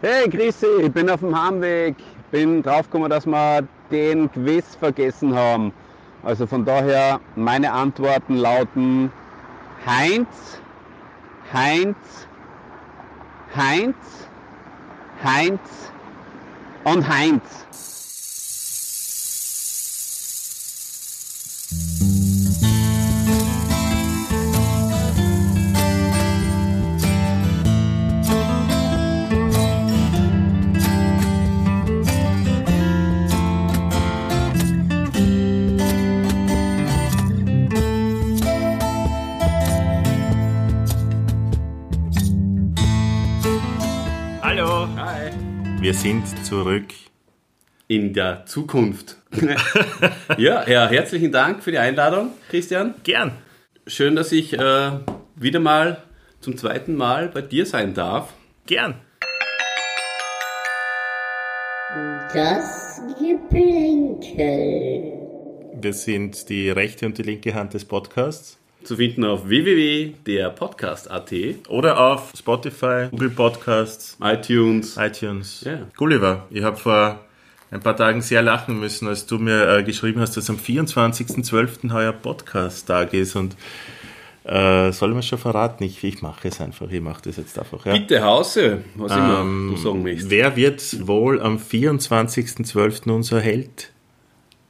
Hey, grüß dich, ich bin auf dem Heimweg. Bin draufgekommen, dass wir den Quiz vergessen haben. Also von daher, meine Antworten lauten Heinz, Heinz, Heinz, Heinz und Heinz. Hallo, Wir sind zurück. In der Zukunft. ja, ja, herzlichen Dank für die Einladung, Christian. gern. Schön, dass ich äh, wieder mal zum zweiten Mal bei dir sein darf. Gern. Das Geplänkel. Wir sind die rechte und die linke Hand des Podcasts. Zu finden auf www.derpodcast.at, Oder auf Spotify, Google Podcasts, iTunes. iTunes. Ja. Gulliver, ich habe vor ein paar Tagen sehr lachen müssen, als du mir äh, geschrieben hast, dass am 24.12. heuer Podcast-Tag ist und äh, soll man schon verraten? Ich, ich mache es einfach, ich mache das jetzt einfach. Ja. Bitte Hause, was Ähm, immer du sagen möchtest. Wer wird wohl am 24.12. unser Held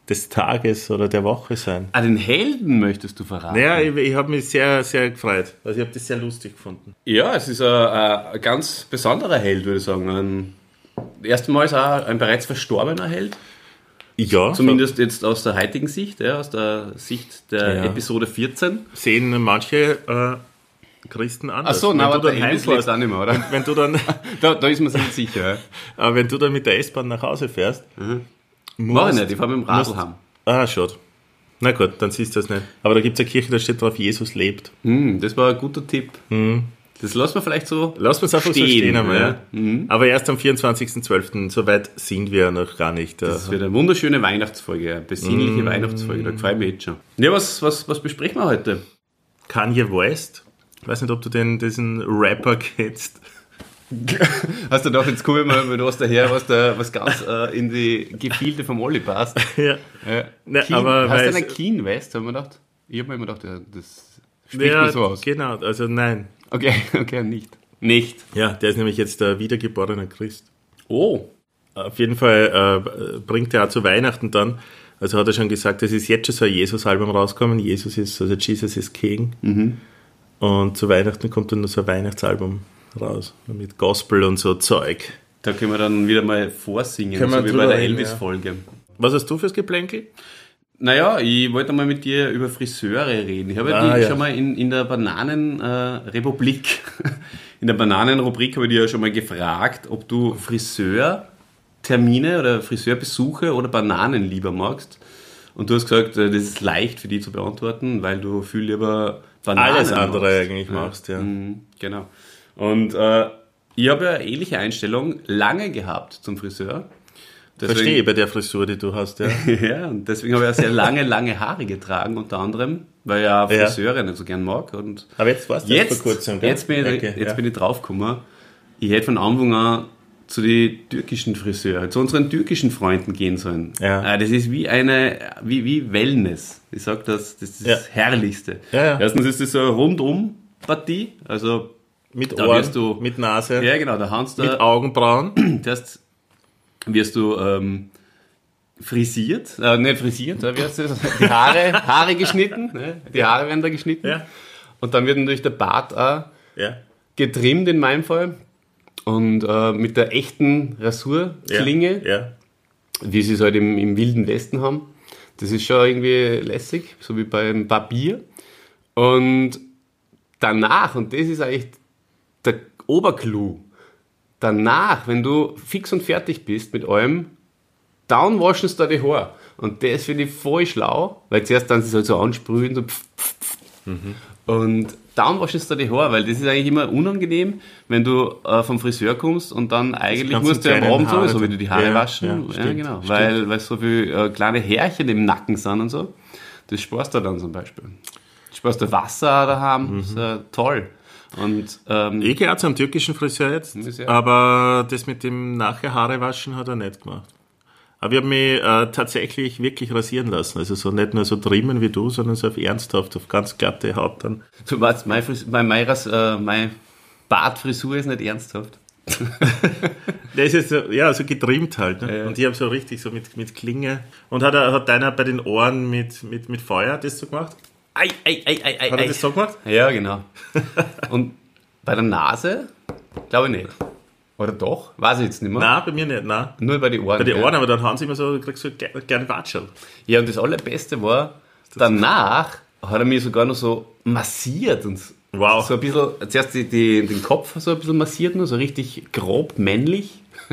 des Tages oder der Woche sein? Ah, den Helden möchtest du verraten? Ja, ich, ich habe mich sehr, sehr gefreut. Also ich habe das sehr lustig gefunden. Ja, es ist ein, ein ganz besonderer Held, würde ich sagen. Ein, erstmals auch ein bereits verstorbener Held. Ja, Zumindest jetzt aus der heutigen Sicht, ja, aus der Sicht der Ja. Episode 14. sehen manche äh, Christen anders. Ach so, Wenn na, du aber der dann Elvis lebt heimfährst, auch nicht mehr, oder? wenn du dann, Da, da ist man sich nicht sicher. ja. äh, wenn du dann mit der S-Bahn nach Hause fährst, musst, Mhm. Mach ich nicht, ich fahr mit dem Radl musst- heim. Ah, schade. Na gut, dann siehst du das nicht. Aber da gibt es eine Kirche, da steht drauf, Jesus lebt. Hm, das war ein guter Tipp. Das lassen wir vielleicht so. Lass uns einfach so Stehen, stehen einmal. ja. Mhm. Ja. Aber erst am 24.12., soweit sind wir noch gar nicht. äh, Das wird eine wunderschöne Weihnachtsfolge, eine besinnliche Weihnachtsfolge, da freue ich mich jetzt schon. Ja, was, was, was besprechen wir heute? Kanye West, ich weiß nicht, ob du den, diesen Rapper kennst. Hast du doch jetzt cool, weil du hast daher, was, da, was ganz äh, in die Gefilde vom Olli passt. ja. Ja. Na, Keen, Ne, aber hast weil du einen es- Keen West, haben wir gedacht? Ich habe mir immer gedacht, ja, das spricht Ja, mir so aus. genau, also nein. Okay, okay, nicht. Nicht. Ja, der ist nämlich jetzt der wiedergeborene Christ. Oh. Auf jeden Fall äh, bringt er auch zu Weihnachten dann, also hat er schon gesagt, es ist jetzt schon so ein Jesus-Album rausgekommen. Jesus ist, also Jesus ist King. Mhm. Und zu Weihnachten kommt dann nur so ein Weihnachtsalbum raus. Mit Gospel und so Zeug. Da können wir dann wieder mal vorsingen, Können so wir wie bei drüber der reden, Elvis-Folge. Was hast du fürs Geplänkel? Naja, ich wollte mal mit dir über Friseure reden. Ich habe ja Ah, die ja. schon mal in, in der Bananenrepublik, äh, Republik, in der Bananenrubrik habe ich dich ja schon mal gefragt, ob du Friseurtermine oder Friseurbesuche oder Bananen lieber magst. Und du hast gesagt, äh, das ist leicht für dich zu beantworten, weil du viel lieber Bananen Alles andere magst. eigentlich machst, ja. Mhm, genau. Und äh, ich habe ja eine ähnliche Einstellung lange gehabt zum Friseur. Deswegen- Verstehe ich bei der Frisur, die du hast, ja. ja, und deswegen habe ich auch sehr lange, lange Haare getragen, unter anderem, weil ich auch Ja. Friseure nicht so gern mag. Und Aber jetzt warst du erst jetzt, vor kurzem, gell? jetzt, bin, ich, Danke, jetzt ja. bin ich draufgekommen, ich hätte von Anfang an zu den türkischen Friseuren, zu unseren türkischen Freunden gehen sollen. Ja. Ah, Das ist wie eine, wie, wie Wellness. Ich sag das, das ist Ja. das Herrlichste. Ja, ja. Erstens ist das so eine Rundum-Partie, also Mit Da Ohren, wirst du- mit Nase, ja genau, der Hans da mit Augenbrauen. Zuerst wirst du ähm, frisiert, äh, nicht frisiert, da wirst du die Haare, Haare geschnitten, ne? die Haare werden da geschnitten. Ja. Und dann wird natürlich der Bart auch ja. getrimmt in meinem Fall. Und äh, mit der echten ja. Rasurklinge, Ja. wie sie es halt im, im Wilden Westen haben. Das ist schon irgendwie lässig, so wie beim Barbier. Und danach, und das ist eigentlich der Oberclou, danach, wenn du fix und fertig bist mit allem, dann waschen sie da die Haare. Und das finde ich voll schlau, weil zuerst dann sie es halt so ansprühen, so pf, pf, pf. Und dann waschen sie da die Haare, weil das ist eigentlich immer unangenehm, wenn du äh, vom Friseur kommst und dann eigentlich ganzen musst du ja am kleinen Abend Haare sowieso da- wieder die Haare Ja, waschen. ja, Ja, stimmt, genau. stimmt. Weil, weil so viele äh, kleine Härchen im Nacken sind und so. Mhm. Das sparst du dann zum Beispiel. Du sparst du Wasser daheim, ist ja toll. Und ähm, Ich gehe auch zum türkischen Friseur jetzt, Muss ja. aber das mit dem nachher Haare waschen hat er nicht gemacht. Aber ich habe mich äh, tatsächlich wirklich rasieren lassen. Also so nicht nur so trimmen wie du, sondern so auf ernsthaft, auf ganz glatte Haut dann. du weißt, mein, Fris mein, mein, Ras- äh, mein Bartfrisur ist nicht ernsthaft. Das ist so, ja so getrimmt halt. Ne? Ja. Und ich habe so richtig so mit, mit Klinge. Und hat, er- hat deiner bei den Ohren mit, mit, mit Feuer das so gemacht? Ei, ei, ei, ei, ei, Hat er ei. das so gemacht? Ja, genau. Und bei der Nase glaube ich nicht. Oder doch? Weiß ich jetzt nicht mehr. Nein, bei mir nicht, nein. Nur bei den Ohren. Bei den ja. Ohren, aber dann haben sie immer so, du kriegst so gerne Watschel. Ja, und das Allerbeste war, danach hat er mich sogar noch so massiert und Wow. so ein bisschen, zuerst die, die, den Kopf so ein bisschen massiert, nur so richtig grob männlich.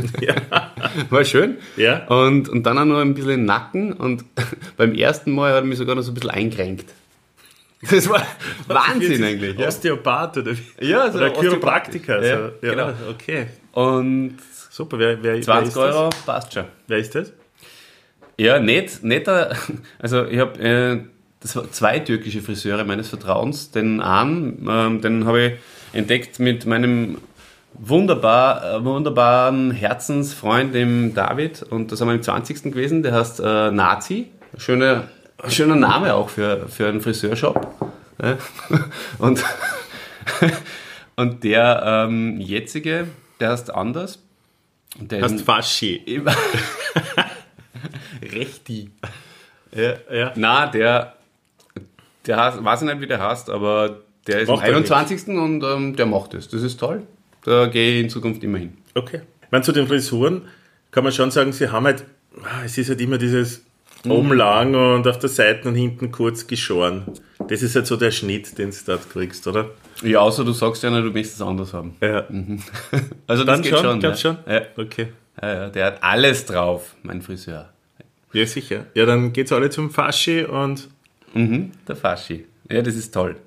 War schön. Ja. Und, und dann auch noch ein bisschen den Nacken und beim ersten Mal hat er mich sogar noch so ein bisschen eingekränkt. Das war Wahnsinn eigentlich. Ja. Osteopath oder wie? Ja, so oder ein Chiropraktiker. Osteopath. so. Also Ja, genau. ja okay. Und Super, wer, wer, wer 20 ist Euro das? passt schon. Wer ist das? Ja, nicht, nicht der, also ich habe äh, das war zwei türkische Friseure meines Vertrauens. Den einen, ähm, den habe ich entdeckt mit meinem wunderbar, äh, wunderbaren Herzensfreund, dem David. Und das haben wir im 20. gewesen. Der heißt äh, Nazi. Schöner, schöner Name auch für, für einen Friseurshop. Ne? Und, und der ähm, jetzige, der heißt anders. Und der Hast Faschi. Immer. Rechti. Ja, ja. Na, der, der heißt, weiß ich nicht, wie der heißt, aber der ist Macht er am 21. und ähm, der macht das. Das ist toll. Da gehe ich in Zukunft immer hin. Okay. Ich meine, zu den Frisuren kann man schon sagen, sie haben halt, ah, es ist halt immer dieses oben lang und auf der Seite und hinten kurz geschoren. Das ist halt so der Schnitt, den du dort kriegst, oder? Ja, außer du sagst ja, nicht, du möchtest es anders haben. Ja. Also Dann schon, ja. glaub schon. Ja. Okay. Ja, ja, der hat alles drauf, mein Friseur. Ja, sicher. Ja, dann geht's alle zum Faschi und Der Faschi. Ja, das ist toll.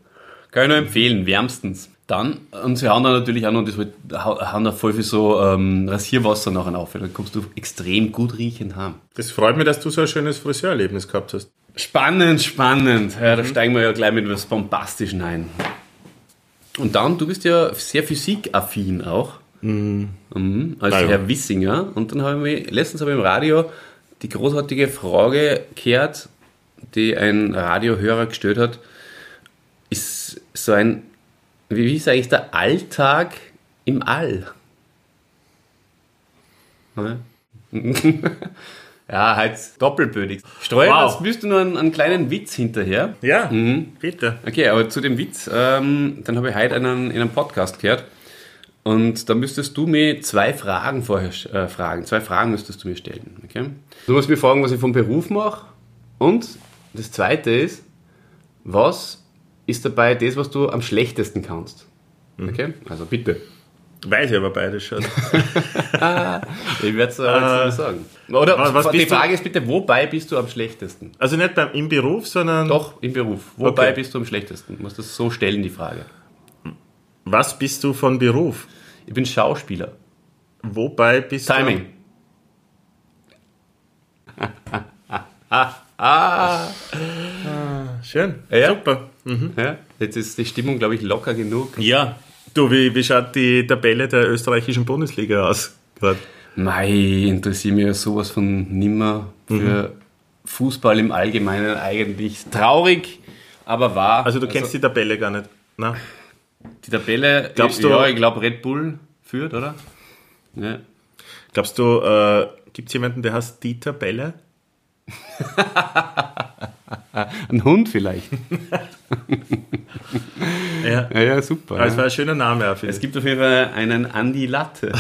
Kann ich nur empfehlen, wärmstens. Dann, und sie hauen da natürlich auch noch, das, wird- hau- hauen da voll viel so ähm, Rasierwasser nachher auf, weil dann kommst du extrem gut riechend heim. das freut mich, dass du so ein schönes Friseurerlebnis gehabt hast. Spannend, spannend. Ja, Mhm. da steigen wir ja gleich mit was Bombastischen ein. Und dann, du bist ja sehr physikaffin auch. Mhm, als Na ja. Herr Wissinger. Und dann habe ich mich, letztens habe ich im Radio die großartige Frage gehört, die ein Radiohörer gestellt hat. Ist so ein, wie, wie ist eigentlich der Alltag im All? Ne? ja, halt doppelbödig. Streuer, Wow. das müsste nur einen, einen kleinen Witz hinterher. Ja, bitte. Okay, aber zu dem Witz, ähm, dann habe ich heute einen, in einem Podcast gehört. Und da müsstest du mir zwei Fragen vorher sch- äh, fragen. Zwei Fragen müsstest du mir stellen. Okay? Du musst mir fragen, was ich vom Beruf mache. Und das zweite ist, was ist dabei das, was du am schlechtesten kannst? Mhm. Okay? Also bitte. Weiß ich aber beide schon. Ich werde es äh, sagen. Oder was- was die bist du- Frage ist bitte, wobei bist du am schlechtesten? Also nicht beim, im Beruf, sondern Doch, im Beruf. Wobei Okay. bist du am schlechtesten? Du musst das so stellen, die Frage. was bist du von Beruf? Ich bin Schauspieler. Wobei bist Timing. du. Schön. Ja. Super. Mhm. Ja, jetzt ist die Stimmung, glaube ich, locker genug. Ja. Du, wie, wie schaut die Tabelle der österreichischen Bundesliga aus? Grad? Mei, interessiere mich ja sowas von nimmer für Mhm. Fußball im Allgemeinen eigentlich. Traurig, aber wahr. Also Also du kennst die Tabelle gar nicht. ne? Na? die Tabelle. Glaubst ja, du- ich glaube, Red Bull führt, oder? Ja. Glaubst du, äh, gibt es jemanden, der heißt die Tabelle? Ein Hund vielleicht. Ja. Ja, ja, super. Ah, Es war ja. ein schöner Name auch, finde Es ich. gibt auf jeden Fall einen Andi Latte.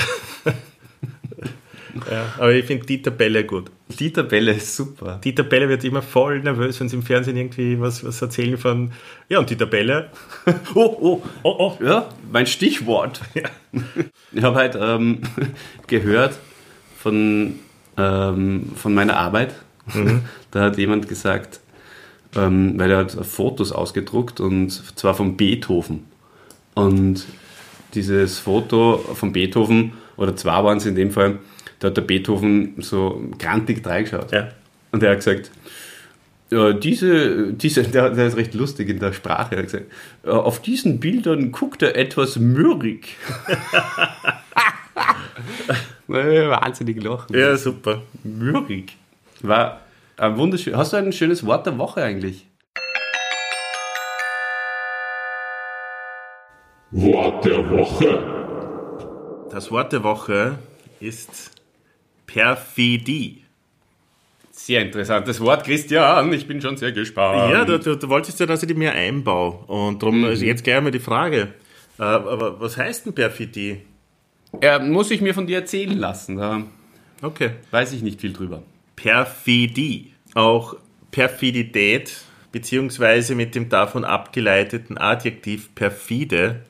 Ja. Aber ich finde die Tabelle gut. Die Tabelle ist super. Die Tabelle wird immer voll nervös, wenn sie im Fernsehen irgendwie was, was erzählen von. Ja, und die Tabelle. Oh, oh, Oh, oh. Ja, mein Stichwort. Ich habe halt ähm, gehört von, ähm, von meiner Arbeit, da hat jemand gesagt, ähm, weil er hat Fotos ausgedruckt und zwar von Beethoven. Und dieses Foto von Beethoven, oder zwei waren es in dem Fall, da hat der Beethoven so grantig reingeschaut. Ja. Und er hat gesagt, Ja, diese, diese, der, der ist recht lustig in der Sprache. hat gesagt, "Ja, Auf diesen Bildern guckt er etwas mürrig. Wahnsinnig lachen. Ja, super. Mürrig. War ein wunderschön. Hast du ein schönes Wort der Woche eigentlich? Wort der Woche. Das Wort der Woche ist Perfidie. Sehr interessantes Wort, Christian. Ich bin schon sehr gespannt. ja, du, du, du wolltest ja, dass ich die mehr einbaue. Und darum ist jetzt gleich mal die Frage. Äh, aber was heißt denn Perfidie? Ja, muss ich mir von dir erzählen lassen. Da Okay. weiß ich nicht viel drüber. Perfidie. Auch Perfidität, beziehungsweise mit dem davon abgeleiteten Adjektiv perfide,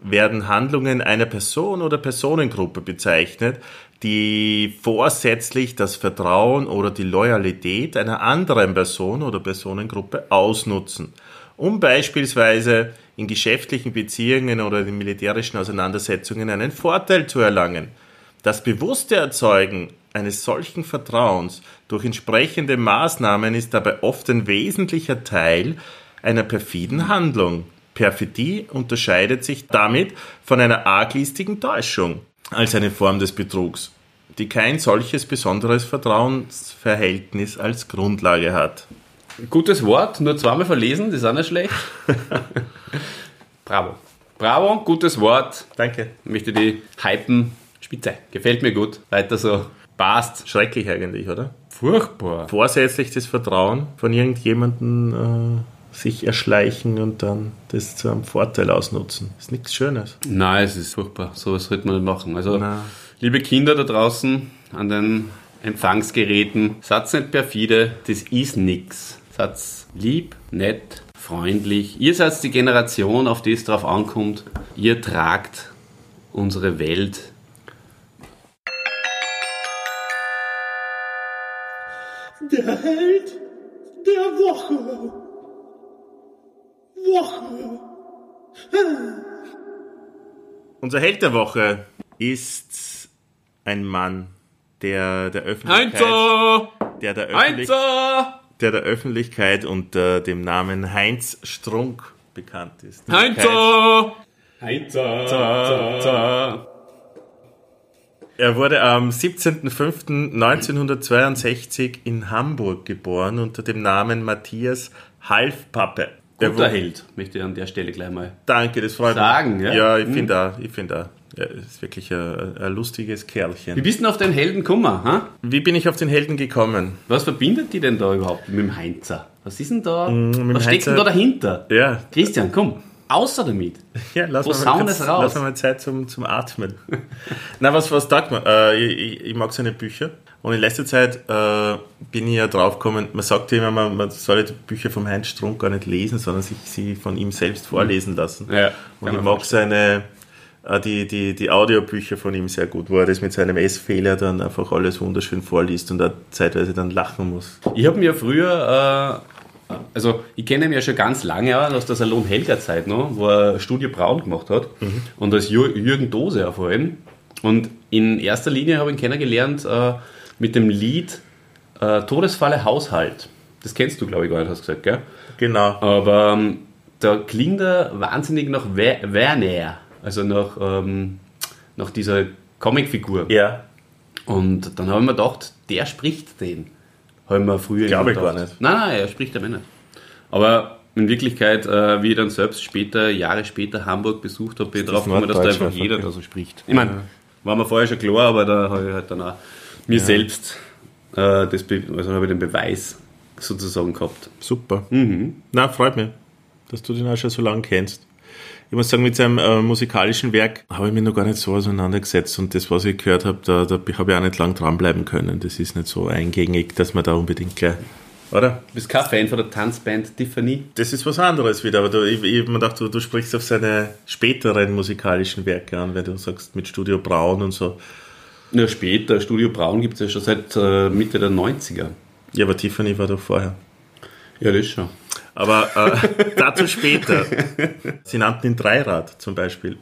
werden Handlungen einer Person oder Personengruppe bezeichnet, die vorsätzlich das Vertrauen oder die Loyalität einer anderen Person oder Personengruppe ausnutzen, um beispielsweise in geschäftlichen Beziehungen oder in militärischen Auseinandersetzungen einen Vorteil zu erlangen. Das bewusste Erzeugen eines solchen Vertrauens durch entsprechende Maßnahmen ist dabei oft ein wesentlicher Teil einer perfiden Handlung. Perfidie unterscheidet sich damit von einer arglistigen Täuschung als eine Form des Betrugs, die kein solches besonderes Vertrauensverhältnis als Grundlage hat. Gutes Wort, nur zweimal verlesen, das ist auch nicht schlecht. Bravo. Bravo, gutes Wort. Danke. Möchte die hypen. Spitze. Gefällt mir gut. Weiter so. Passt. Schrecklich eigentlich, oder? Furchtbar. Vorsätzlich das Vertrauen von irgendjemandem äh, sich erschleichen und dann das zu einem Vorteil ausnutzen. Ist nichts Schönes. Nein, es ist furchtbar. Sowas sollte man nicht machen. Also, Na. liebe Kinder da draußen an den Empfangsgeräten, Satz nicht perfide, das ist nix. Satz lieb, nett, freundlich. Ihr seid die Generation, auf die es drauf ankommt. Ihr tragt unsere Welt. Der Held der Woche. Woche. Unser Held der Woche ist ein Mann, der der Öffentlichkeit, Heinzer! der der, Öffentlich, Heinzer! der, der Öffentlichkeit unter dem Namen Heinz Strunk bekannt ist. Heinzer! Er wurde am 17.05.1962 in Hamburg geboren unter dem Namen Matthias Halfpappe. Er Guter wurde- Held, möchte ich an der Stelle gleich mal. Danke, das freut Sagen, mich. ja? Hm? Ja, ich finde da, ich finde da. Er ist wirklich ein, ein lustiges Wie Kerlchen. bist du denn auf den Helden gekommen? Ha? Wie bin ich auf den Helden gekommen? Was verbindet die denn da überhaupt mit dem Heinzer? Was ist denn da? Mm, mit dem was steckt denn da Heinzer- dahinter? Ja, Christian, komm, außer damit. Ja, lass mal, Posaun kurz, es raus. lass mal mal Zeit zum, zum Atmen. Na, was, was sagt man? Äh, ich, ich- ich mag seine Bücher. Und in letzter Zeit äh, bin ich ja draufgekommen, man sagt ja immer, man, man soll die Bücher vom Heinz Strunk gar nicht lesen, sondern sich sie von ihm selbst vorlesen lassen. Mhm. Ja, Und kann ich man mag seine, äh, die, die, die Audiobücher von ihm sehr gut, wo er das mit seinem S-Fehler dann einfach alles wunderschön vorliest und da zeitweise dann lachen muss. Ich habe mir früher, äh, also ich kenne ihn ja schon ganz lange auch aus der Salon Helga Zeit noch, wo er Studio Braun gemacht hat Mhm. und als Jür Jürgen Dose auch vor allem. Und in erster Linie habe ich ihn kennengelernt äh, mit dem Lied äh, Todesfalle Haushalt. Das kennst du, glaube ich, gar nicht, hast du gesagt, gell? Genau. Aber ähm, da klingt er wahnsinnig nach Wer- Werner, also nach, ähm, nach dieser Comicfigur. Ja. Und dann habe ich mir gedacht, der spricht den. Habe ich mir früher Glaube ich gedacht. gar nicht. Nein, nein, er spricht aber nicht. Aber in Wirklichkeit, äh, wie ich dann selbst später, Jahre später Hamburg besucht habe, bin ich drauf gekommen, dass da Norddeutscher einfach jeder da so spricht. Ich meine, war mir vorher schon klar, aber da habe ich halt dann auch mir selbst äh, das Be also habe ich den Beweis sozusagen gehabt. Super. Na, freut mich, dass du den auch schon so lange kennst. Ich muss sagen, mit seinem äh, musikalischen Werk habe ich mich noch gar nicht so auseinandergesetzt und das, was ich gehört habe, da, da habe ich auch nicht lang dranbleiben können. Das ist nicht so eingängig, dass man da unbedingt gleich. Oder? Du bist kein Fan von der Tanzband Tiffany? Das ist was anderes wieder, aber du, ich, ich hab mir gedacht, du, du sprichst auf seine späteren musikalischen Werke an, weil du sagst mit Studio Braun und so. Ja, später. Studio Braun gibt es ja schon seit äh, Mitte der 90er. Ja, aber Tiffany war doch vorher. Ja, das schon. Aber äh, dazu später. Sie nannten ihn Dreirad zum Beispiel.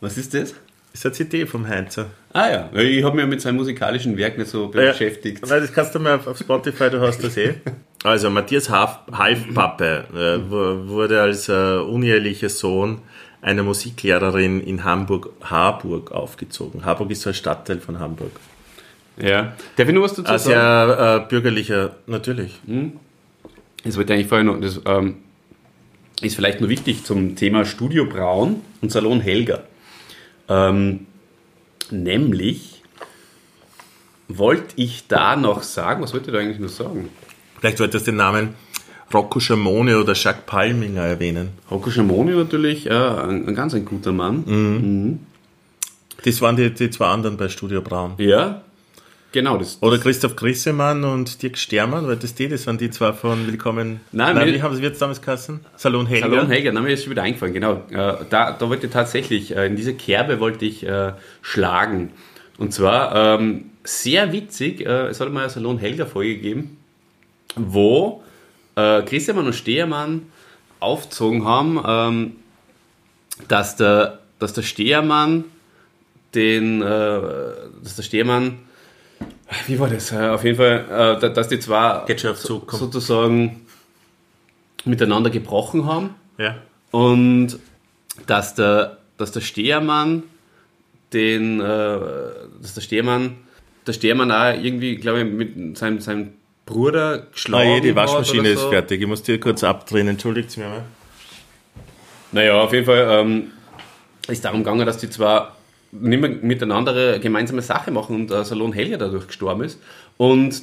Was ist das? Ist eine CD vom Heinzer. Ah ja, Ja, ich habe mich mit seinem musikalischen Werk nicht so Ja, beschäftigt. Nein, das kannst du mal auf, auf Spotify, du hast das eh. Also Matthias Haf Halfpappe äh, wu- wurde als äh, unehelicher Sohn einer Musiklehrerin in Hamburg, Harburg aufgezogen. Harburg ist so ein Stadtteil von Hamburg. Ja. Darf ich nur was dazu Ein sagen? sehr äh, bürgerlicher, natürlich. Das wollte ich eigentlich vorher noch, das ähm, ist vielleicht nur wichtig zum Thema Studio Braun und Salon Helga. Ähm, nämlich wollte ich da noch sagen, was wollte ich da eigentlich noch sagen? Vielleicht solltest du den Namen Rocco Schamone oder Jacques Palminger erwähnen. Rocco Schamoni natürlich, äh, ein, ein ganz ein guter Mann. Das waren die, die zwei anderen bei Studio Braun. Ja, genau, das, Oder Christoph Grissemann und Dirk Stermann, weil das die, das waren die zwei von Willkommen. Nein, wir- wie haben sie jetzt damals geheißen? Salon Helga. Salon Helga, na, mir ist schon wieder eingefallen, genau. Äh, da, da wollte ich tatsächlich, äh, in diese Kerbe wollte ich äh, schlagen. Und zwar, ähm, sehr witzig, äh, es hat mal eine Salon Helga-Folge gegeben, wo äh, Christian und Stehermann aufgezogen haben, ähm, dass, der, dass der Stehermann den, äh, dass der Stehermann, wie war das? Äh, auf jeden Fall, äh, da- dass die zwar Geht schon auf Zug, komm. sozusagen miteinander gebrochen haben Ja. und dass der, dass der Stehermann den, äh, dass der Stehermann, der Stehermann auch irgendwie, glaube ich, mit seinem, seinem Bruder geschlagen Nein, Ah, die hat oder Waschmaschine ist so. fertig. Ich muss dir kurz abdrehen. Entschuldigt mir mal. Naja, auf jeden Fall ähm, ist darum gegangen, dass die zwar nicht mehr miteinander eine gemeinsame Sache machen und äh, Salon Helga dadurch gestorben ist und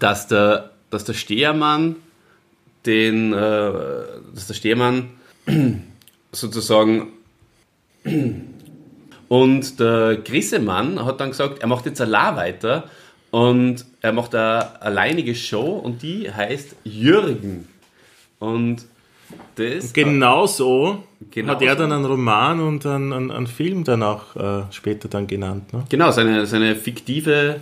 dass der, dass der Stehermann den, äh, dass der Stehermann sozusagen und der Grissemann hat dann gesagt, er macht jetzt allein weiter und er macht eine alleinige Show und die heißt Jürgen und das Genauso Genau hat er so. dann einen Roman und einen, einen, einen Film dann auch äh, später dann genannt. Ne? Genau, seine, seine fiktive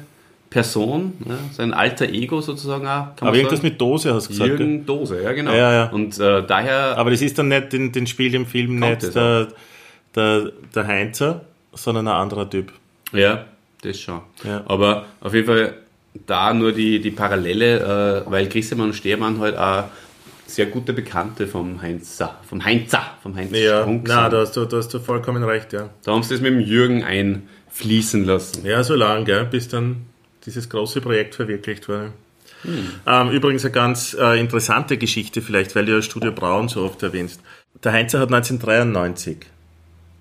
Person, ne? sein alter Ego sozusagen auch. Kann Aber irgendwas sagen. mit Dose hast du gesagt. gell? Jürgen Dose, ja genau. Ja, ja. Und äh, daher, Aber das ist dann nicht den, den Spiel im Film Kommt das nicht der, der, der Heinzer, sondern ein anderer Typ. ja, das schon. Ja. Aber auf jeden Fall da nur die, die Parallele, äh, weil Christemann und Stehrmann halt auch sehr gute Bekannte vom Heinzer, vom Heinzer, vom Heinz Strunk na, sind. da hast, du, da hast du vollkommen recht, ja. Da haben sie das mit dem Jürgen einfließen lassen. Ja, so lange, gell, bis dann dieses große Projekt verwirklicht wurde. Ähm, übrigens eine ganz äh, interessante Geschichte vielleicht, weil du ja Studio Braun so oft erwähnst. Der Heinzer hat 1993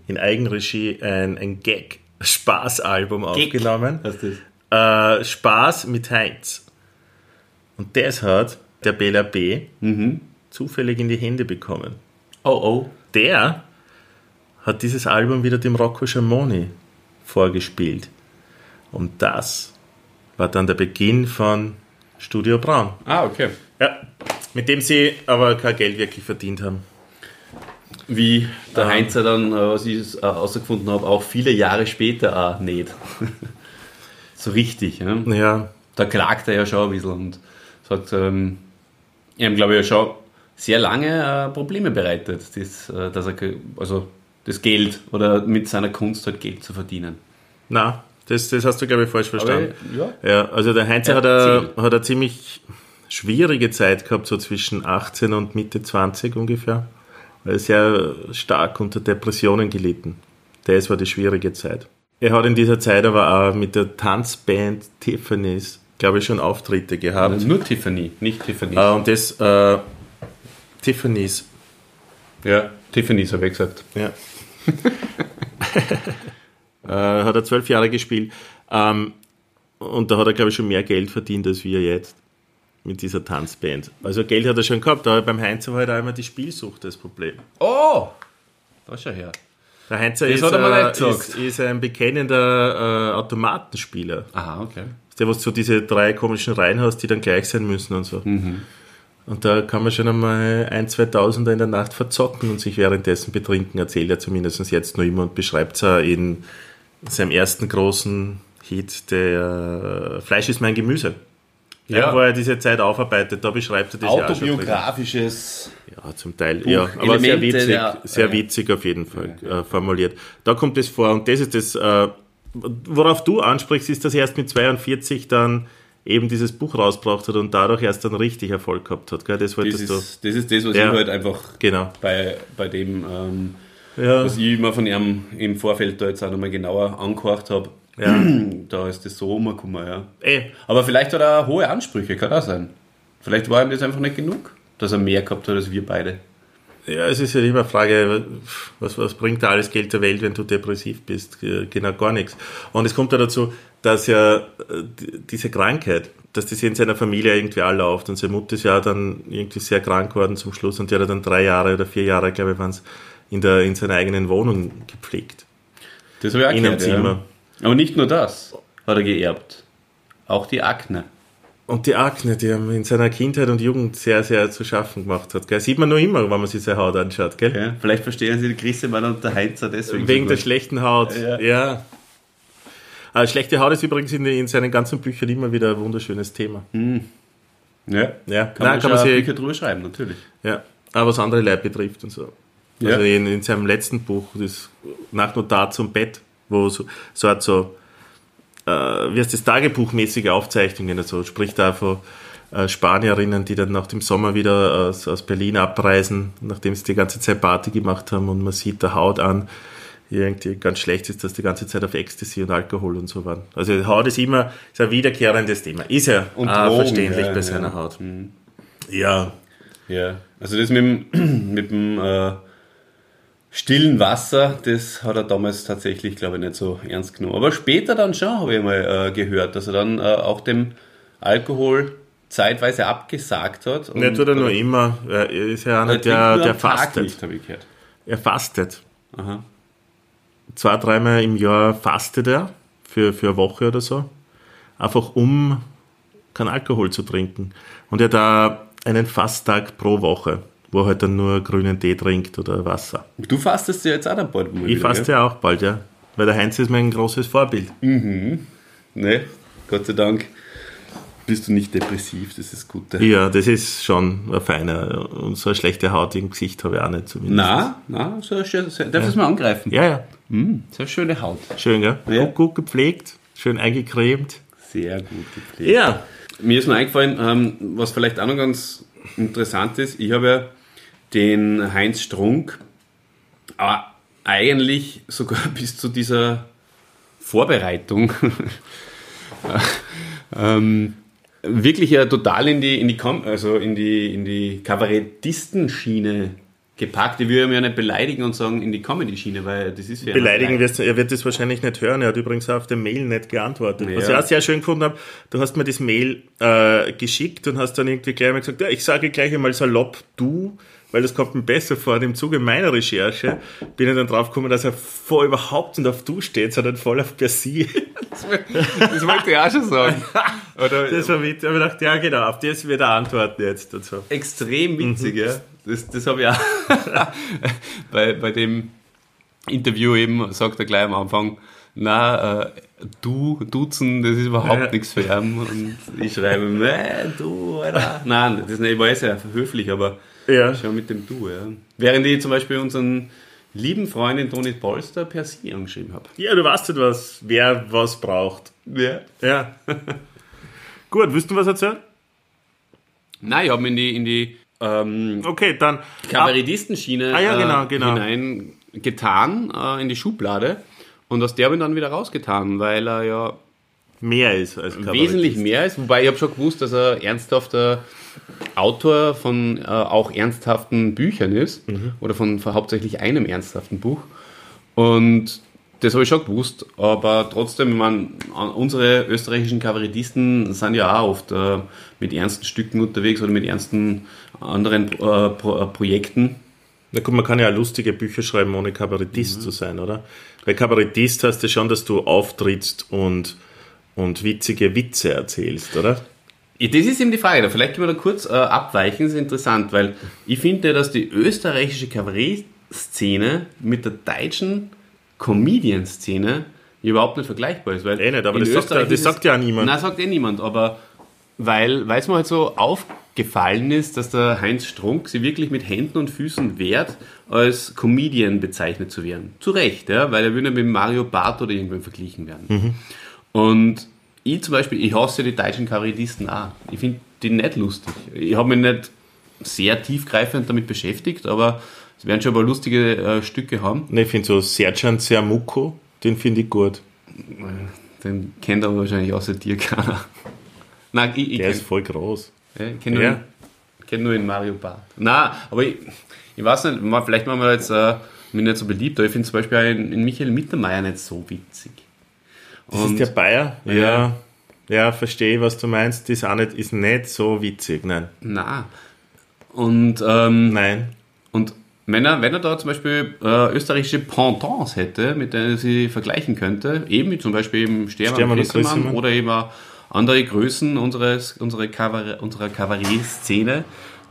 in Eigenregie ein, ein Gag, Spaßalbum aufgenommen. Hast du das? Äh, Spaß mit Heinz. Und das hat der Bela B. zufällig in die Hände bekommen. Oh oh. Der hat dieses Album wieder dem Rocco Schamoni vorgespielt. Und das war dann der Beginn von Studio Braun. Ah, okay. Ja, mit dem sie aber kein Geld wirklich verdient haben. Wie der Heinzer dann, äh, was ich herausgefunden habe, auch viele Jahre später auch näht. so richtig. Ja? Ja, Da klagt er ja schon ein bisschen und sagt, ähm, ich habe, glaube ich, ja schon sehr lange äh, Probleme bereitet, das, äh, dass er, ge- also das Geld oder mit seiner Kunst halt Geld zu verdienen. na, das, das hast du, glaube ich, falsch verstanden. ja. Ja, also der Heinz hat Erzähl. eine, hat eine ziemlich schwierige Zeit gehabt, so zwischen 18 und Mitte 20 ungefähr. Er ist sehr stark unter Depressionen gelitten. Das war die schwierige Zeit. Er hat in dieser Zeit aber auch mit der Tanzband Tiffany's, glaube ich, schon Auftritte gehabt. Also nur Tiffany, nicht Tiffany. Äh, und das äh, Tiffany's, Ja, Tiffany, habe ich gesagt. ja. äh, hat er zwölf Jahre gespielt. Ähm, und da hat er, glaube ich, schon mehr Geld verdient als wir jetzt mit dieser Tanzband. Also Geld hat er schon gehabt, aber beim Heinzer war halt auch immer die Spielsucht das Problem. Oh! Da schau her. Der Heinzer Das ist, hat er mir äh, nicht gesagt. ist, ist ein bekennender äh, Automatenspieler. Aha, okay. Der, was du diese drei komischen Reihen hast, die dann gleich sein müssen und so. Und da kann man schon einmal ein, 2000er in der Nacht verzocken und sich währenddessen betrinken, erzählt er zumindest jetzt nur immer und beschreibt es in seinem ersten großen Hit, der äh, Fleisch ist mein Gemüse. Ja. Wo er diese Zeit aufarbeitet, da beschreibt er das ja auch schon drin. Autobiografisches. Ja, zum Teil. ja, aber Elemente sehr witzig, der- sehr ja. witzig auf jeden Fall äh, formuliert. Da kommt es vor und das ist das, äh, worauf du ansprichst, ist, dass er erst mit 42 dann eben dieses Buch rausgebracht hat und dadurch erst dann richtig Erfolg gehabt hat. Gell? Das Das wolltest ist, das ist das, was Ja. ich halt einfach du. Genau. bei, bei dem, ähm, Ja. was ich immer von ihm im Vorfeld da jetzt auch nochmal genauer angehört habe. ja. Eh, Da ist das so rumgekommen, ja. Ey, Aber vielleicht hat er auch hohe Ansprüche, kann auch sein. Vielleicht war ihm das einfach nicht genug, dass er mehr gehabt hat als wir beide. Ja, es ist ja immer eine Frage, was, was bringt da alles Geld der Welt, wenn du depressiv bist? Äh, Genau, gar nichts. Und es kommt ja dazu, dass ja äh, die- diese Krankheit, dass das in seiner Familie irgendwie anläuft und seine Mutter ist ja dann irgendwie sehr krank geworden zum Schluss und die hat er dann drei Jahre oder vier Jahre, glaube ich, waren es, in, der- in seiner eigenen Wohnung gepflegt. Das habe ich auch In einem gehört, Zimmer. Ja. Aber nicht nur das hat er geerbt. Auch die Akne. Und die Akne, die ihm in seiner Kindheit und Jugend sehr, sehr zu schaffen gemacht hat. Gell? Sieht man nur immer, wenn man sich seine Haut anschaut, gell? Ja, vielleicht verstehen Sie die Grissemann und der Heinzer deswegen. Wegen so der gut. schlechten Haut. Ja. Ja. Äh, schlechte Haut ist übrigens in, in seinen ganzen Büchern immer wieder ein wunderschönes Thema. ja. Ja, Hm. Kann man, Nein, kann man schon sich, Bücher drüber schreiben, natürlich. ja. Aber was andere Leute betrifft und so. Ja. Also in, in seinem letzten Buch, das Nachtnotar zum Bett, wo so, so hat so, äh, wie heißt das, Tagebuchmäßige Aufzeichnungen, also spricht da von äh, Spanierinnen, die dann nach dem Sommer wieder äh, aus, aus Berlin abreisen, nachdem sie die ganze Zeit Party gemacht haben und man sieht der Haut an, irgendwie ganz schlecht ist, dass die ganze Zeit auf Ecstasy und Alkohol und so waren. Also Haut ist immer ist ein wiederkehrendes Thema. Ist ja Und auch Drogen, verständlich ja, Mhm. bei ja. seiner Haut. Ja, Ja. Also das mit dem, mit dem äh, stillen Wasser, das hat er damals tatsächlich, glaube ich, nicht so ernst genommen. Aber später dann schon, habe ich mal äh, gehört, dass er dann äh, auch dem Alkohol zeitweise abgesagt hat. Und äh, nicht oder nur immer. Er ist ja einer, Er trinkt der, nur der am Tag fastet. nicht, habe ich gehört. Er fastet. Aha. Zwei, dreimal im Jahr fastet er für, für eine Woche oder so. Einfach um keinen Alkohol zu trinken. Und er hat da einen Fasttag pro Woche, wo er halt dann nur grünen Tee trinkt oder Wasser. Du fastest ja jetzt auch dann bald mal Ich wieder, faste ja auch bald, ja. Weil der Heinz ist mein großes Vorbild. Ne, Gott sei Dank bist du nicht depressiv, das ist gut. Ja, das ist schon ein feiner. Und so eine schlechte Haut im Gesicht habe ich auch nicht zumindest. Na, na, so ein schön, so, darf ich es mal angreifen? Ja, ja. So eine schöne Haut. Schön, gell? Ja. Gut, gut gepflegt, schön eingecremt. Sehr gut gepflegt. Ja. Mir ist mir eingefallen, ähm, was vielleicht auch noch ganz interessant ist, ich habe ja den Heinz Strunk aber eigentlich sogar bis zu dieser Vorbereitung äh, ähm, wirklich ja total in die, in die, Kom also in die, in die Kabarettistenschiene gepackt. Ich würde ihn ja nicht beleidigen und sagen in die Comedy-Schiene, weil das ist ja... Beleidigen wirst du, er wird das wahrscheinlich nicht hören. Er hat übrigens auch auf der Mail nicht geantwortet. Was Ja. ich auch sehr schön gefunden habe, du hast mir das Mail äh, geschickt und hast dann irgendwie gleich mal gesagt, ja, ich sage gleich einmal salopp du, weil das kommt mir besser vor. Und im Zuge meiner Recherche bin ich dann draufgekommen, dass er voll überhaupt nicht auf du steht, sondern voll auf per sie. Das wollte ich auch schon sagen. Oder Das war mit, da habe ich gedacht, ja genau, auf das wird er antworten jetzt und so. Extrem witzig, ja. Mhm. Das, das habe ich auch bei, bei dem Interview eben, sagt er gleich am Anfang, na, äh, du, Duzen, das ist überhaupt Ja. nichts für ihn. Und Ich schreibe, "Mäh, du, Alter. Nein, das ist nicht, ich war ja sehr höflich, aber Ja. schon mit dem Du, ja. Während ich zum Beispiel unseren lieben Freundin Toni Polster per Sie angeschrieben habe. ja, du weißt halt was, wer was braucht. Ja. Ja. Gut, willst du was erzählen? Nein, ich habe mich in die, in die ähm, Okay, dann. Kabarettistenschiene Ah, ja, genau, äh, genau. hineingetan, äh, in die Schublade. Und aus der bin ich dann wieder rausgetan, weil er ja Ah, Mehr ist als Kabarett. wesentlich mehr ist. Wobei ich habe schon gewusst, dass er ernsthafter Autor von äh, auch ernsthaften Büchern ist oder von von hauptsächlich einem ernsthaften Buch. Und das habe ich schon gewusst, aber trotzdem, ich meine, an- unsere österreichischen Kabarettisten sind ja auch oft äh, mit ernsten Stücken unterwegs oder mit ernsten anderen äh, Pro äh, Projekten. Na gut, man kann ja auch lustige Bücher schreiben, ohne Kabarettist zu sein, oder? Weil Kabarettist heißt ja schon, dass du auftrittst und, und witzige Witze erzählst, oder? Ja, Das ist eben die Frage. da. Vielleicht können wir da kurz äh, abweichen, das ist interessant, weil ich finde, dass die österreichische Kabarett-Szene mit der deutschen Comedian-Szene überhaupt nicht vergleichbar ist. Weil Eh nicht, aber in das sagt ja- Österreich das ist es- sagt ja auch niemand. Nein, sagt eh niemand, aber weil weil es mir halt so aufgefallen ist, dass der Heinz Strunk sie wirklich mit Händen und Füßen wehrt, als Comedian bezeichnet zu werden. Zu Recht, ja, weil er will ja mit Mario Barth oder irgendwem verglichen werden. Und ich zum Beispiel, ich hasse die deutschen Kabarettisten auch. Ich finde die nicht lustig. Ich habe mich nicht sehr tiefgreifend damit beschäftigt, aber es werden schon ein paar lustige äh, Stücke haben. Ne, ich finde so Serjan Sermuko, den finde ich gut. Den kennt aber wahrscheinlich außer dir keiner. Nein, ich, ich Der kenn- ist voll groß. Ja, Ich kenne nur, Ja. ich kenn nur den Mario Bart. Na, aber ich, ich weiß nicht, ma- vielleicht machen wir jetzt äh, mich nicht so beliebt, aber ich finde zum Beispiel einen, einen Michael Mittermeier nicht so witzig. Das ist der Bayer? Ja. Ja, verstehe, was du meinst. Das ist, auch nicht, ist nicht so witzig, nein. Na. Und, ähm, Nein. und wenn, er, wenn er da zum Beispiel äh, österreichische Pendants hätte, mit denen er sie vergleichen könnte, eben wie zum Beispiel eben Stermann Stermann und und Grissemann Grissemann. oder eben auch andere Größen unseres, unsere Kabarett- unserer Kabarett-Szene,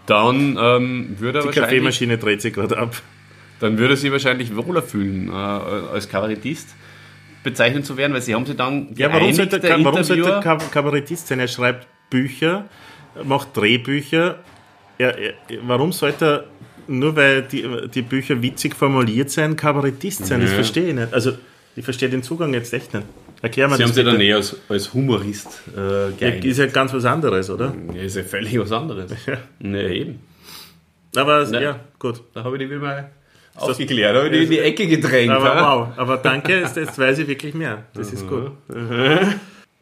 dann ähm, würde er Die wahrscheinlich... Kaffeemaschine dreht sich gerade ab. dann würde sie wahrscheinlich wohler fühlen, äh, als Kabarettist bezeichnet zu werden, weil sie haben sie dann Ja, warum sollte, der der warum sollte Interviewer- der Kab- Kabarettist sein? Er schreibt Bücher, macht Drehbücher. Er, er, warum sollte er, nur weil die, die Bücher witzig formuliert sind, Kabarettist sein? Das verstehe ich nicht. Also, ich verstehe den Zugang jetzt echt nicht. Erklär mal Sie das haben sie dann bitte. eher als, als Humorist äh, geeignet. Ist ja ganz was anderes, oder? Ja, ist ja völlig was anderes. Nee, eben. Aber Nein. ja, gut. Da habe ich die wieder mal aufgeklärt, habe ich die in die Ecke gedrängt. Aber ha? wow, aber danke, jetzt- jetzt weiß ich wirklich mehr. Das ist gut.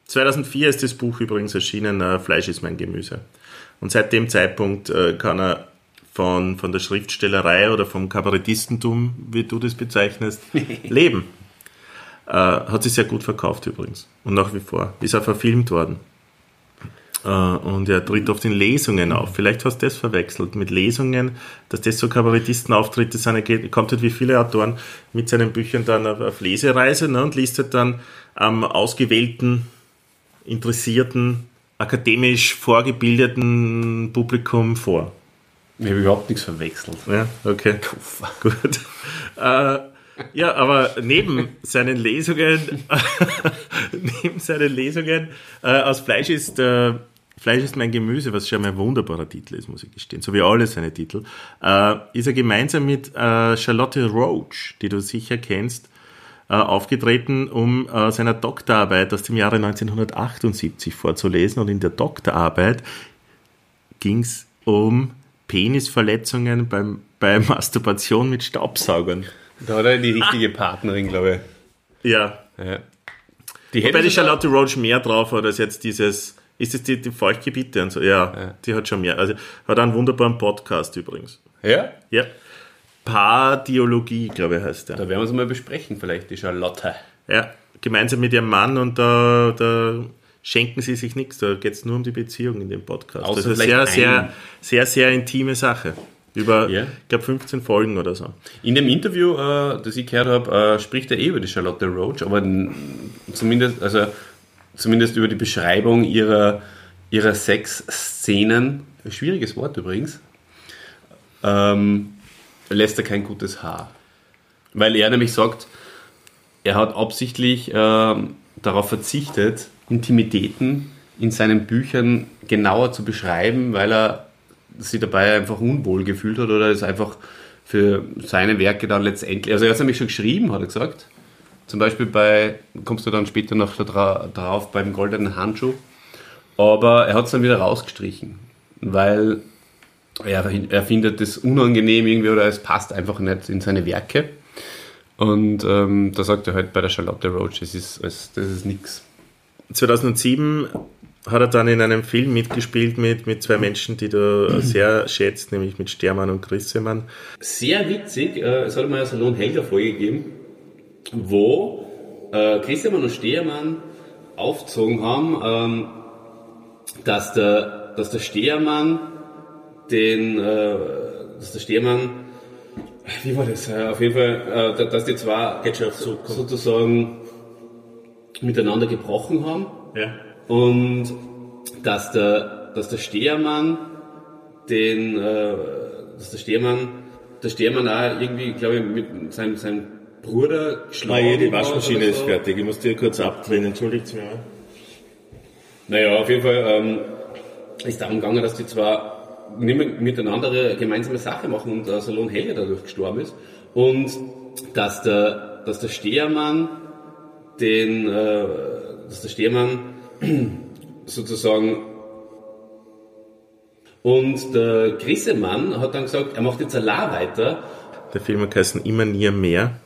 2004 ist das Buch übrigens erschienen, äh, Fleisch ist mein Gemüse. Und seit dem Zeitpunkt äh, kann er von, von der Schriftstellerei oder vom Kabarettistentum, wie du das bezeichnest, leben. Äh, hat sich sehr gut verkauft übrigens und nach wie vor. Ist auch verfilmt worden. Äh, und er tritt oft in Lesungen auf. Vielleicht hast du das verwechselt mit Lesungen, dass das so Kabarettistenauftritte sind. Er geht, kommt halt wie viele Autoren mit seinen Büchern dann auf, auf Lesereise ne, und liest halt dann am ausgewählten, interessierten, akademisch vorgebildeten Publikum vor. Ich habe überhaupt nichts verwechselt. Ja, okay. Gut. Äh, ja, aber neben seinen Lesungen, neben seinen Lesungen äh, aus Fleisch ist äh, Fleisch ist mein Gemüse, was schon mal ein wunderbarer Titel ist, muss ich gestehen, so wie alle seine Titel, äh, ist er gemeinsam mit äh, Charlotte Roach, die du sicher kennst, äh, aufgetreten, um äh, seiner Doktorarbeit aus dem Jahre 1978 vorzulesen. Und in der Doktorarbeit ging es um Penisverletzungen beim, bei Masturbation mit Staubsaugern. Da hat er die richtige Partnerin, glaube Ja. ich. Ja. Die Wobei hätte die sogar- Charlotte Roach mehr drauf hat als jetzt dieses. Ist es die, die Feuchtgebiete und so? Ja, die hat schon mehr. Also hat einen wunderbaren Podcast übrigens. Ja? Ja. Pardiologie, glaube ich, heißt der. Da werden wir es mal besprechen, vielleicht, die Charlotte. Ja. Gemeinsam mit ihrem Mann und da, da schenken sie sich nichts. Da geht es nur um die Beziehung in dem Podcast. Außer also vielleicht sehr, sehr, einen. sehr, sehr intime Sache. Über, Ja. ich glaube, 15 Folgen oder so. In dem Interview, äh, das ich gehört habe, äh, spricht er eh über die Charlotte Roach, aber n- zumindest, also, zumindest über die Beschreibung ihrer, ihrer Sexszenen. Schwieriges Wort übrigens. Ähm, lässt er kein gutes Haar. Weil er nämlich sagt, er hat absichtlich ähm, darauf verzichtet, Intimitäten in seinen Büchern genauer zu beschreiben, weil er sich dabei einfach unwohl gefühlt hat oder es einfach für seine Werke dann letztendlich, also er hat es nämlich schon geschrieben, hat er gesagt. Zum Beispiel bei, kommst du dann später noch da dra- drauf, beim goldenen Handschuh. Aber er hat es dann wieder rausgestrichen, weil er, er findet das unangenehm irgendwie oder es passt einfach nicht in seine Werke. Und ähm, da sagt er halt bei der Charlotte Roach, es ist, es, das ist nichts. 2007 hat er dann in einem Film mitgespielt mit, mit zwei Menschen, die du sehr schätzt, nämlich mit Stermann und Grissemann. sehr witzig, äh, es hat mal eine Salon Helga Folge gegeben, wo äh, Christian und Stehermann aufgezogen haben, ähm, dass, der, dass der Stehermann den, äh, dass der Stehermann, wie war das, äh, auf jeden Fall, äh, da- dass die zwei so, sozusagen miteinander gebrochen haben Ja. und dass der, dass der Stehermann den, äh, dass der Stehermann, der Stehermann auch irgendwie, glaube ich, mit seinem, seinem Bruder geschlagen hat oder so. Ich muss dir kurz abdrehen, entschuldigt mich mal. Naja, auf jeden Fall ähm, ist darum gegangen, dass die zwar nicht mehr miteinander eine gemeinsame Sache machen und äh, Salon Helga dadurch gestorben ist und dass der, dass der Stehermann den, äh, dass der Stehermann, sozusagen. Und der Grissemann hat dann gesagt, er macht jetzt allein weiter. Der Film hat geheißen Immer nie mehr.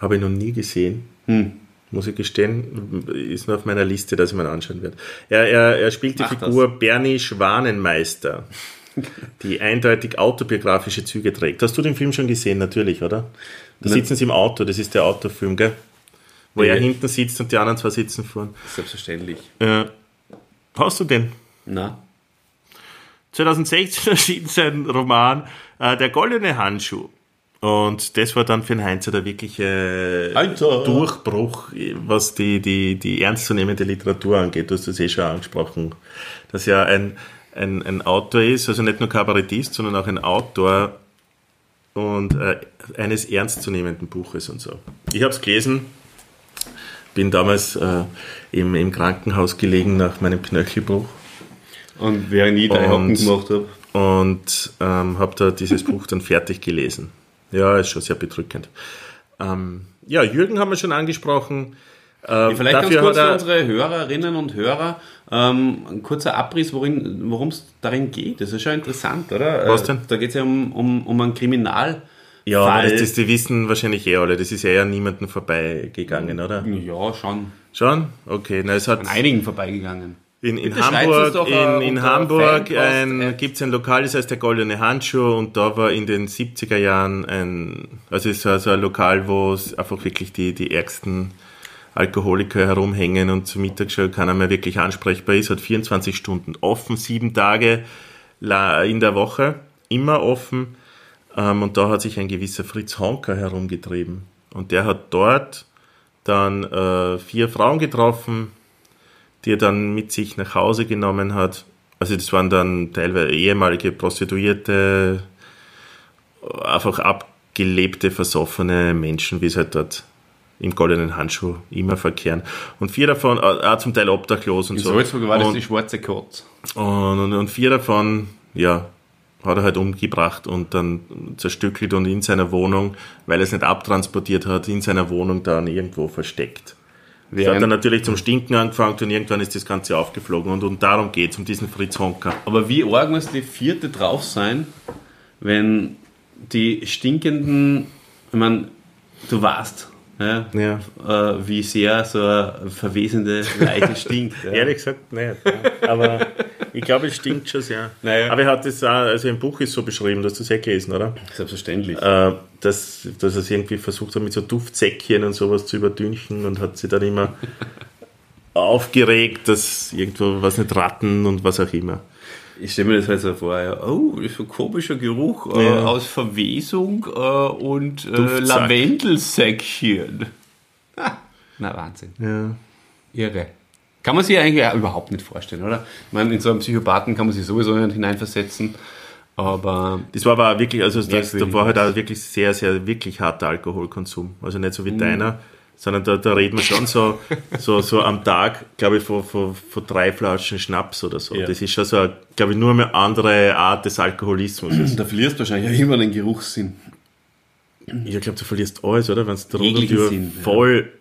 Habe ich noch nie gesehen. Hm. Muss ich gestehen, ist nur auf meiner Liste, dass ich mir ihn anschauen werde. Er, er, er spielt die Mach das. Figur Bernie Schwanenmeister, die eindeutig autobiografische Züge trägt. Hast du den Film schon gesehen, natürlich, oder? Da sitzen sie im Auto, das ist der Autofilm, gell? Wo er Nee. hinten sitzt und die anderen zwei sitzen vorn. Selbstverständlich. Ja. Hast du den? Na, 2016 erschien sein Roman äh, Der goldene Handschuh. Und das war dann für den Heinzer der wirkliche äh, Heinzer! Durchbruch, was die, die, die ernstzunehmende Literatur angeht. Du hast das eh schon angesprochen, dass er ein, ein, ein Autor ist, also nicht nur Kabarettist, sondern auch ein Autor und äh, eines ernstzunehmenden Buches und so. Ich habe es gelesen, bin damals äh, im, im Krankenhaus gelegen nach meinem Knöchelbruch und wer nie drei Und- Hocken gemacht hat. und ähm, habe da dieses Buch dann fertig gelesen. Ja, ist schon sehr bedrückend. Ähm, ja, Jürgen haben wir schon angesprochen. Äh, Vielleicht dafür ganz kurz für hat er, unsere Hörerinnen und Hörer ähm, ein kurzer Abriss, worum es darin geht. Das ist schon interessant, oder? Was Äh, denn? Da geht es ja um, um, um einen Kriminal. ja, Fall. aber das, das, die wissen wahrscheinlich eh alle. Das ist ja eher niemandem vorbeigegangen, oder? Ja, schon. Schon? Okay, na, es hat An einigen vorbeigegangen. in, in Bitte Hamburg, schreibt's uns doch, äh, in, in unter Hamburg Fanpost ein, at- gibt's ein Lokal, das heißt der Goldene Handschuh und da war in den 70er Jahren ein, also es ist so- so ein Lokal, wo es einfach wirklich die, die ärgsten Alkoholiker herumhängen und zum Mittag schon keiner mehr wirklich ansprechbar ist, hat 24 Stunden offen, sieben Tage la- in der Woche, immer offen. Ähm, und da hat sich ein gewisser Fritz Honker herumgetrieben. Und der hat dort dann äh, vier Frauen getroffen, die er dann mit sich nach Hause genommen hat. Also das waren dann teilweise ehemalige Prostituierte, einfach abgelebte, versoffene Menschen, wie es halt dort im goldenen Handschuh immer verkehren. Und vier davon, äh, auch zum Teil obdachlos und In so. Salzburg war das und, die schwarze Katze. und, und, und vier davon, ja, hat er halt umgebracht und dann zerstückelt und in seiner Wohnung, weil er es nicht abtransportiert hat, in seiner Wohnung dann irgendwo versteckt. Das hat Während- dann natürlich zum Stinken angefangen und irgendwann ist das Ganze aufgeflogen und, und darum geht's um diesen Fritz Honka. Aber wie arg muss die vierte drauf sein, wenn die stinkenden, ich meine, du weißt, ja, Ja. Äh, wie sehr so eine verwesende Leiche stinkt. ja. Ehrlich gesagt, nicht. Aber ich glaube, es stinkt schon sehr. Naja. Aber er hat es auch, also im Buch ist so beschrieben, dass du es eh gelesen, oder? Selbstverständlich. äh, dass, dass er es irgendwie versucht hat, mit so Duftsäckchen und sowas zu überdünchen und hat sie dann immer aufgeregt, dass irgendwo was nicht ratten und was auch immer. Ich stelle mir das halt so vor, ja. oh, das ist ein komischer Geruch äh, Ja. aus Verwesung äh, und äh, Duftsack. Lavendelsäckchen. Ha, Na, Wahnsinn. Ja. Irre. Kann man sich eigentlich auch überhaupt nicht vorstellen, oder? Ich meine, in so einen Psychopathen kann man sich sowieso nicht hineinversetzen, aber Das war aber wirklich, also das, da Merkwürdig. war halt auch wirklich sehr, sehr, wirklich harter Alkoholkonsum. Also nicht so wie deiner, sondern da, da reden wir schon so, so, so am Tag, glaube ich, von, von, von drei Flaschen Schnaps oder so. Das ist schon so, eine, glaube ich, nur eine andere Art des Alkoholismus. da verlierst du wahrscheinlich auch immer den Geruchssinn. Ich glaube, du verlierst alles, oder? Wenn du rund und Jeglichen über Sinn, ja. voll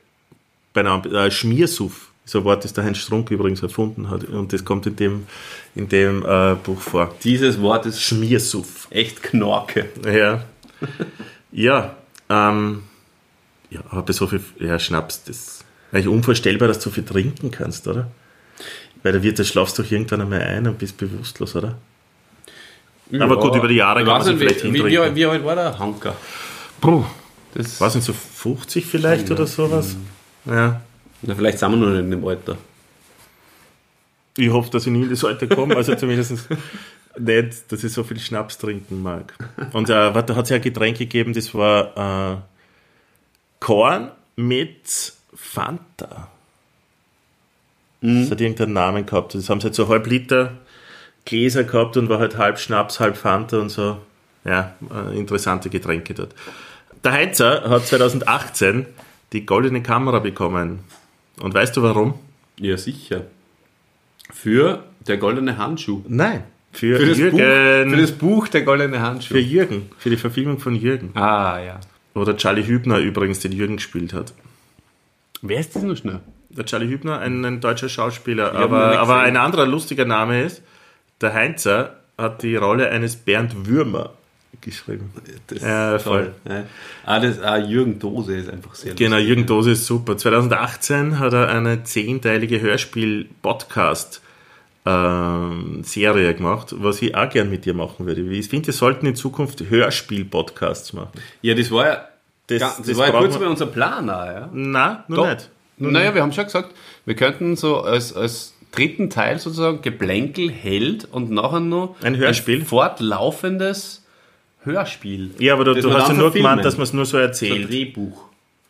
bei einer äh, Schmiersuff, so ein Wort, das der Heinz Strunk übrigens erfunden hat, und das kommt in dem, in dem äh, Buch vor. Dieses Wort ist Schmiersuff. echt Knorke. Ja. ja, ähm, ja, aber bei so viel ja, Schnaps, das ist eigentlich unvorstellbar, dass du so viel trinken kannst, oder? Weil da wird, da schlafst du doch irgendwann einmal ein und bist bewusstlos, oder? Aber gut, über die Jahre Ich kann man weiß sich nicht, vielleicht wie, wie, hintrinken. wie, wie alt war der Hanker? Puh. Das, Was sind so 50 vielleicht oder sowas? Mhm. Ja. Na, vielleicht sind wir noch nicht in dem Alter. Ich hoffe, dass ich nie in das Alter komme, also zumindest nicht, dass ich so viel Schnaps trinken mag. Und äh, warte, da hat es ja ein Getränk gegeben, das war äh, Korn mit Fanta. Das hat irgendeinen Namen gehabt. Das haben sie halt so halb Liter Gläser gehabt und war halt halb Schnaps, halb Fanta und so. Ja, äh, interessante Getränke dort. Der Heinzer hat 2018 die goldene Kamera bekommen. Und weißt du warum? Ja, sicher. Für der goldene Handschuh. Nein. Für, Für das, Buch, Jürgen. für das Buch der goldene Handschuh. Für Jürgen, für die Verfilmung von Jürgen. ah, ja. Oder Charlie Hübner übrigens, den Jürgen gespielt hat. Wer ist das noch schnell? der Charlie Hübner, ein, ein deutscher Schauspieler. aber aber ein anderer lustiger Name ist, der Heinzer hat die Rolle eines Bernd Würmer geschrieben. Das Ja, ist voll. toll. Ja. Ah, das, ah, Jürgen Dose ist einfach sehr Genau, Jürgen Dose ist super. 2018 hat er eine zehnteilige Hörspiel-Podcast-Serie ähm, gemacht, was ich auch gern mit dir machen würde. Ich finde, wir sollten in Zukunft Hörspiel-Podcasts machen. Ja, das war ja, Das, das, war ja brauchen kurz wir- bei unser Plan auch, ja. Nein, nur Doch. nicht. Naja, wir haben schon gesagt, wir könnten so als, als dritten Teil sozusagen Geplänkel, Held und nachher noch Ein Hörspiel? ein fortlaufendes Hörspiel. Ja, aber du, Das du man hast ja dann nur verfilmen. gemeint, dass man es nur so So ein erzählt. Drehbuch.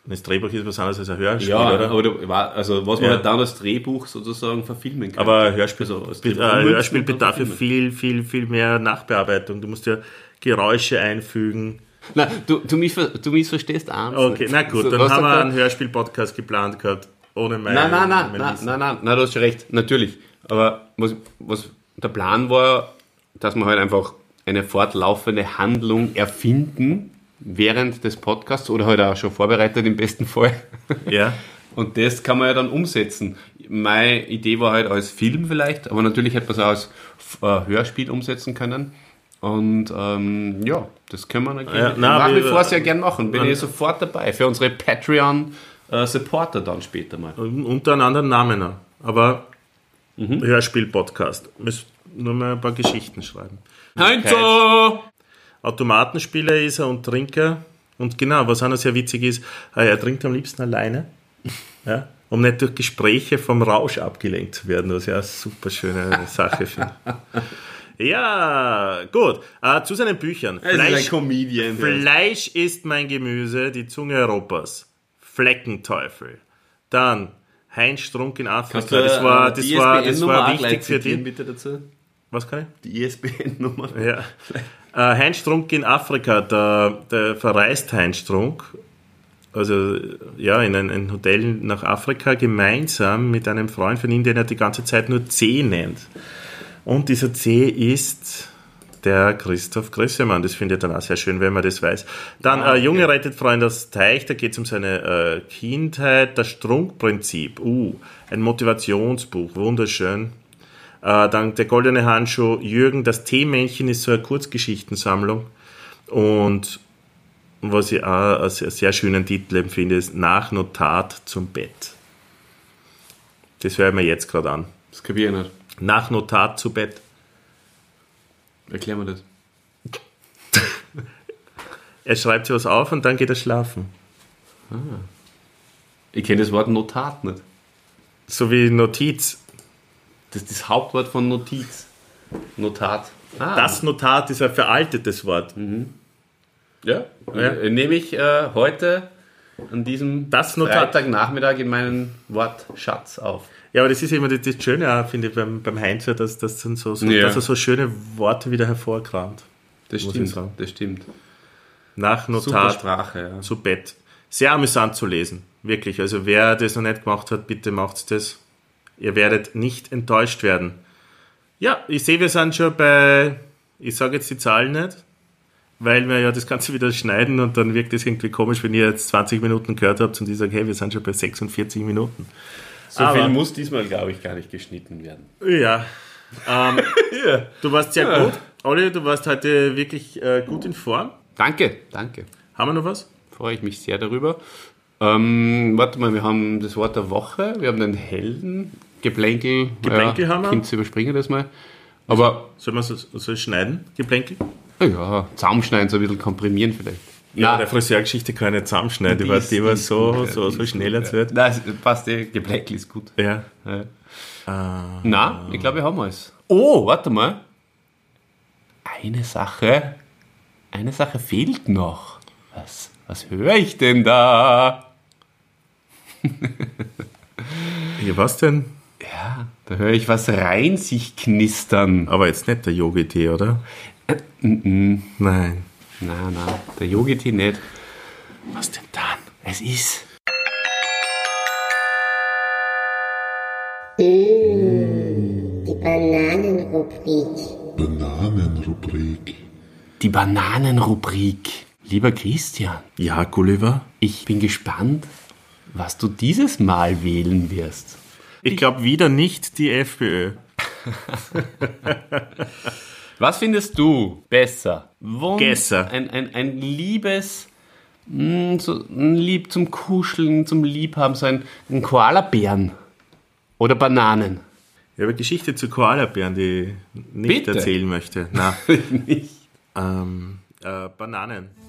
Das Drehbuch ist was anderes als ein Hörspiel, Ja, oder? oder? war- also was man Ja. halt dann als Drehbuch sozusagen verfilmen kann. Aber ein Hörspiel, Also, als be- Drehbuch äh, umsetzen Hörspiel und dann bedarf ja verfilmen. viel, viel, viel mehr Nachbearbeitung. Du musst ja Geräusche einfügen. Nein, du, du, mich, ver- du missverstehst eins. Okay, na gut, So, dann was haben sagt wir er? einen Hörspiel-Podcast geplant gehabt. Ohne mein, Nein, nein, nein, mein nein, Wissen. nein, nein, nein, du hast schon recht, natürlich. Aber was, was der Plan war, dass wir halt einfach eine fortlaufende Handlung erfinden während des Podcasts oder halt auch schon vorbereitet im besten Fall. Ja. Und das kann man ja dann umsetzen. Meine Idee war halt als Film vielleicht, aber natürlich hätte man es auch als äh, Hörspiel umsetzen können. Und ähm, ja, das können wir natürlich Ja, na, nach wie wir- vor sehr gern machen. Bin Nein. ich sofort dabei für unsere Patreon-Supporter dann später mal. Unter einem anderen Namen. auch. Aber Mhm. Hörspiel-Podcast. Müsst nur mal ein paar Geschichten schreiben. Heinzo! Automatenspieler ist er und Trinker. Und genau, was auch noch sehr witzig ist, äh, er trinkt am liebsten alleine, ja, um nicht durch Gespräche vom Rausch abgelenkt zu werden, was ich eine super schöne Sache finde. Ja, gut. Äh, zu seinen Büchern. Es Fleisch, ist ein Comedian. der- Fleisch ist mein Gemüse, die Zunge Europas. Fleckenteufel. Dann Heinz Strunk in Kannst du Afrika. äh, Das Äh, war, das war, das war auch gleich wichtig für zitieren, dich. bitte dazu? Was kann ich? Die ISBN-Nummer. Ja. Äh, Heinz Strunk in Afrika, der, der verreist Heinz Strunk, also ja, in ein, ein Hotel nach Afrika gemeinsam mit einem Freund von ihm, den er die ganze Zeit nur C nennt. Und dieser C ist der Christoph Grissemann. Das finde ich dann auch sehr schön, wenn man das weiß. Dann äh, Junge rettet Freund aus Teich, da geht es um seine äh, Kindheit, das Strunkprinzip. Uh, ein Motivationsbuch, wunderschön. Äh, dann der goldene Handschuh, Jürgen, das Teemännchen ist so eine Kurzgeschichtensammlung. Und was ich auch als sehr, sehr schönen Titel empfinde, ist Nach Notat zum Bett. Das höre ich mir jetzt gerade an. Das kapiere ich nicht. Nach Notat zu Bett. Erklär mir das. Er schreibt sich was auf und dann geht er schlafen. Ich kenne das Wort Notat nicht. So wie Notiz. Das ist das Hauptwort von Notiz. Notat. Ah, Das Notat ist ein veraltetes Wort. ja. Äh, Nehme ich äh, heute an diesem Das Notat. Freitagnachmittag in meinen Wortschatz auf. Ja, aber das ist immer das, das Schöne, auch, finde ich, beim, beim Heinz, dass, dass, dann so, so, Ja. dass er so schöne Worte wieder hervorkramt. Das Muss ich stimmt. sagen. Das stimmt. Nach Super Notat Sprache, ja. zu Bett. Sehr amüsant zu lesen, wirklich. Also wer das noch nicht gemacht hat, bitte macht das. Ihr werdet nicht enttäuscht werden. Ja, ich sehe, wir sind schon bei, ich sage jetzt die Zahlen nicht, weil wir ja das Ganze wieder schneiden und dann wirkt es irgendwie komisch, wenn ihr jetzt 20 Minuten gehört habt und ich sage, hey, wir sind schon bei 46 Minuten. So Aber- viel muss diesmal, glaube ich, gar nicht geschnitten werden. Ja. Ähm, Du warst sehr gut. Olli, du warst heute wirklich äh, gut in Form. Danke, danke. Haben wir noch was? Freue ich mich sehr darüber. Ähm, warte mal, wir haben das Wort der Woche, wir haben den Helden. Geplänkel. Geplänkel haben wir. Kind überspringen das mal. Aber Soll man so, so schneiden? Geplänkel? ja, zusammenschneiden, so ein bisschen komprimieren vielleicht. Ja, Nein. der Friseurgeschichte kann ich nicht zusammenschneiden, die, war- die war so, so, so schnell erzählt. Nein, es passt eh, Geplänkel ist gut. Ja. Na, ich glaube, wir haben alles. Ah. Oh, warte mal. Eine Sache, eine Sache fehlt noch. Was, was höre ich denn da? ja, was denn? Ja, da höre ich was rein sich knistern. Aber jetzt nicht der Yogi-Tee, oder? Äh, Nein. Na, na, der Yogi-Tee nicht. Was denn dann? Es ist. Hm, Die Bananenrubrik. Bananenrubrik. Die Bananenrubrik. Lieber Christian, Ja, Gulliver? ich bin gespannt, was du dieses Mal wählen wirst. Ich glaube wieder nicht die FPÖ. Was findest du besser? Wund, Besser. Ein, ein, ein liebes, mh, so ein Lieb zum Kuscheln, zum Liebhaben, so ein, ein Koala-Bären oder Bananen. Ich habe eine Geschichte zu Koalabären, die ich nicht Bitte. erzählen möchte. Na, ähm, äh, Bananen.